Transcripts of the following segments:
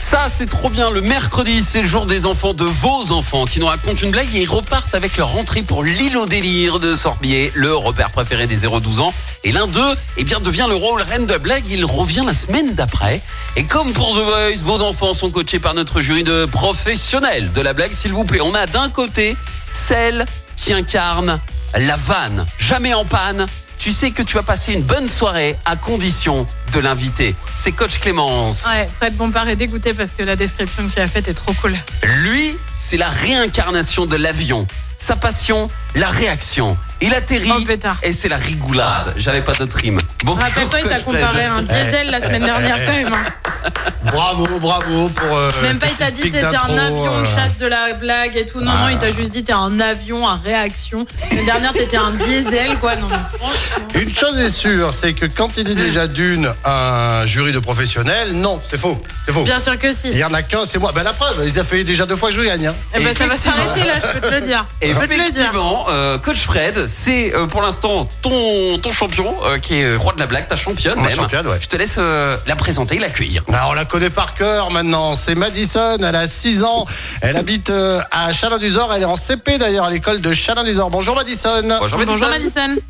Ça, c'est trop bien. Le mercredi, c'est le jour des enfants, de vos enfants, qui nous racontent une blague et ils repartent avec leur rentrée pour l'île au délire de Sorbier, le repère préféré des 0-12 ans. Et l'un d'eux, eh bien, devient le rôle reine de blague. Il revient la semaine d'après. Et comme pour The Voice, vos enfants sont coachés par notre jury de professionnels de la blague, s'il vous plaît. On a d'un côté celle qui incarne la vanne, jamais en panne. Tu sais que tu vas passer une bonne soirée à condition de l'inviter. C'est Coach Clémence. Ouais, Fred Bompard est dégoûté parce que la description qu'il a faite est trop cool. Lui, c'est la réincarnation de l'avion. Sa passion, la réaction. Il atterrit Oh, pétard. et c'est la rigoulade. J'avais pas d'autre rime. Bon, Rappelle-toi, il t'a comparé à un diesel la semaine dernière quand même. hein. Bravo, bravo pour. euh, Même pas, il t'a cette dit explique t'étais un d'intro, avion, euh, chasse de la blague et tout. Non, non, il t'a juste dit t'es un avion à réaction. La semaine dernière, t'étais un diesel, quoi. Non, mais franchement. Une chose est sûre, c'est que quand il dit déjà d'une un jury de professionnels, non, c'est faux, c'est faux. Bien sûr que si. Il y en a qu'un, c'est moi. Ben la preuve, ils ont fait déjà deux fois que je gagne. hein. Eh ben, ça va s'arrêter là, je peux te le dire. Je peux te le dire. Effectivement, euh, coach Fred, c'est euh, pour l'instant ton, ton champion euh, qui est euh, roi de la blague, ta championne Ma même. championne, ouais. Euh, Je te laisse euh, la présenter et l'accueillir. Alors, Ben, on la connaît par cœur maintenant. C'est Madison, elle a 6 ans. Elle habite euh, à Chalin-du-Zor. Elle est en CP d'ailleurs à l'école de Chalin-du-Zor. Bonjour Madison. Bonjour, Bonjour Madison. Madison.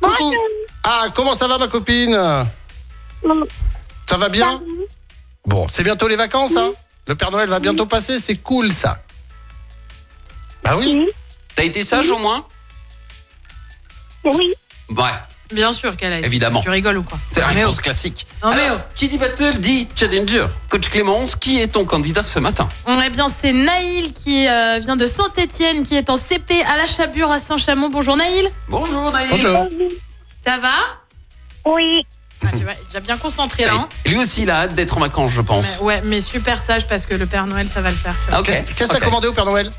Coucou. Ah, comment ça va ma copine Ça va bien Bon, c'est bientôt les vacances, hein Le Père Noël va bientôt passer, c'est cool ça. Bah oui. T'as été sage au moins Oui, Ouais, Bien sûr qu'elle a été. Évidemment. Tu rigoles ou quoi c'est la Mais oh. réponse classique. Non, mais Alors, qui dit battle dit challenger. Coach Clémence, qui est ton candidat ce matin Eh bien, c'est Naïl qui euh, vient de Saint-Étienne, qui est en CP à la Chabure à Saint-Chamond. Bonjour Naïl. Bonjour Naïl. Bonjour. Ça va oui, Ah, tu vois, il a bien concentré là. hein. Lui aussi, il a hâte d'être en vacances, je pense. Mais, ouais, mais super sage parce que le Père Noël, ça va le faire. tu vois. Ah, ok. Qu'est-ce qu'est-ce que Ok. t'as commandé au Père Noël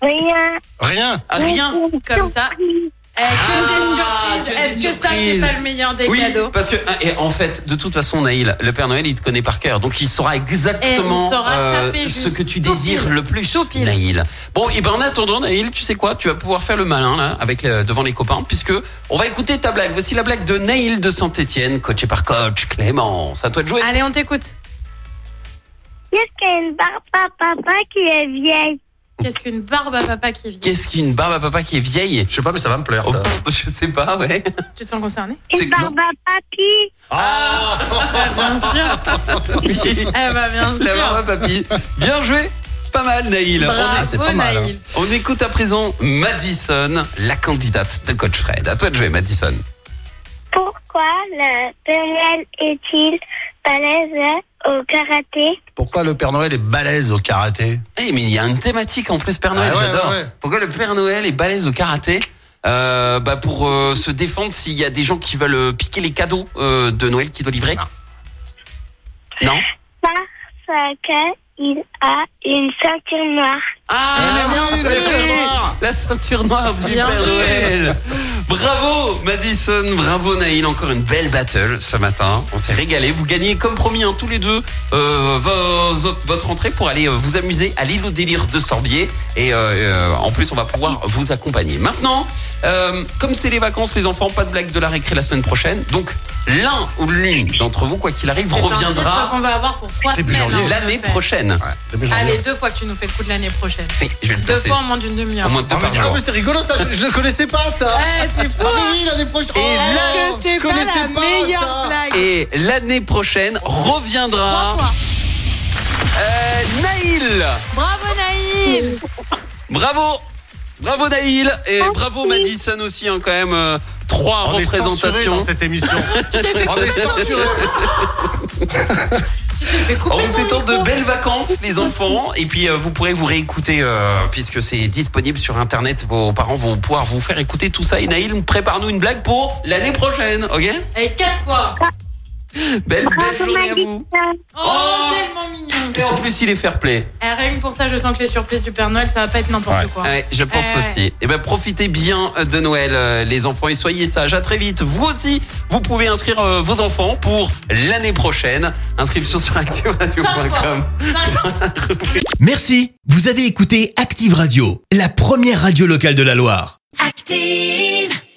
rien. Rien. Ah, Rien. Comme ça. Eh, que des Ah, surprises. que Est-ce des que ça, c'est surprises. pas le meilleur des Oui, cadeaux parce que ah, et en fait, de toute façon, Naïl, le Père Noël, il te connaît par cœur, donc il saura exactement Et euh, il saura taper juste ce que tu tout désires pile. le plus, Tout pile. Naïl. Bon, et ben en attendant, Naïl, tu sais quoi Tu vas pouvoir faire le malin là, avec le- devant les copains, puisque on va écouter ta blague. Voici la blague de Naïl de Saint-Étienne, coaché par coach Clémence. À toi de jouer. Allez, on t'écoute. Qu'est-ce qu'une barbe à papa qui est vieille Qu'est-ce qu'une barbe à papa qui vit Qu'est-ce qu'une barbe à papa qui est vieille Je sais pas, mais ça va me plaire. Oh, ça. pff, Je sais pas, ouais. Tu te sens concerné C'est Une barbe à papy Ah, Bien sûr. oui. Eh ben, bien La barbe sûr. à papy. Bien joué. Pas mal, Naïl. On, Bravo, hein. Naïl. on écoute à présent Madison, la candidate de Coach Fred. À toi de jouer, Madison. Pourquoi le Père Noël est-il balèze au karaté Pourquoi le Père Noël est balèze au karaté Eh, mais il y a une thématique en plus, Père Noël, Ah ouais, j'adore. ouais, ouais. Pourquoi le Père Noël est balèze au karaté Euh, bah pour euh, se défendre s'il y a des gens qui veulent euh, piquer les cadeaux euh, de Noël qu'il doit livrer Non Parce qu'il a une ceinture noire. Ah, Eh mais bien oui, sûr. la ceinture noire. La ceinture noire du Bien Père sûr. Noël Bravo Madison, bravo Naïl, encore une belle battle ce matin. On s'est régalé, vous gagnez comme promis hein, tous les deux euh, vos autres- votre entrée pour aller euh, vous amuser à l'île au délire de Sorbier et euh, euh, en plus on va pouvoir vous accompagner. Maintenant, euh, comme c'est les vacances les enfants, pas de blague de la récré la semaine prochaine, donc l'un ou l'une d'entre vous quoi qu'il arrive C'est un titre reviendra qu'on va avoir pour trois Début semaines. janvier. hein, l'année je le fais. prochaine. Allez, deux fois que tu nous fais le coup de l'année prochaine. Oui, je vais le Deux passer. fois en moins d'une demi-heure. Au moins deux Ah, par mais- jour. ah, mais c'est rigolo ça, je, je le connaissais pas ça. Eh, c'est fou. Eh, Ah oui, l'année prochaine. Oh, Est-ce que je c'est pas connaissais la meilleure ça. blague Et l'année prochaine reviendra Trois fois. euh, Naïl. Bravo Naïl Bravo, bravo Naïl et bravo Madison aussi hein, quand même. euh, trois On est censuré représentations. dans cette émission. Tu t'es fait On est censuré. En vous souhaitant de belles vacances les enfants et puis euh, vous pourrez vous réécouter euh, puisque c'est disponible sur internet. Vos parents vont pouvoir vous faire écouter tout ça. Et Naïl, prépare-nous une blague pour l'année prochaine, ok Et quatre fois Belle, belle Bravo, journée à Maggie. vous. Oh, Oh. tellement mignon. Et en plus, il est fair play. Eh, rien que pour ça, je sens que les surprises du Père Noël, ça va pas être n'importe Ouais. quoi. Ouais, je pense Ouais, ouais. aussi. Et ben profitez bien de Noël, euh, les enfants, et soyez sages. À très vite. Vous aussi, vous pouvez inscrire euh, vos enfants pour l'année prochaine. Inscription sur activeradio.com. Merci, vous avez écouté Active Radio, la première radio locale de la Loire. Active.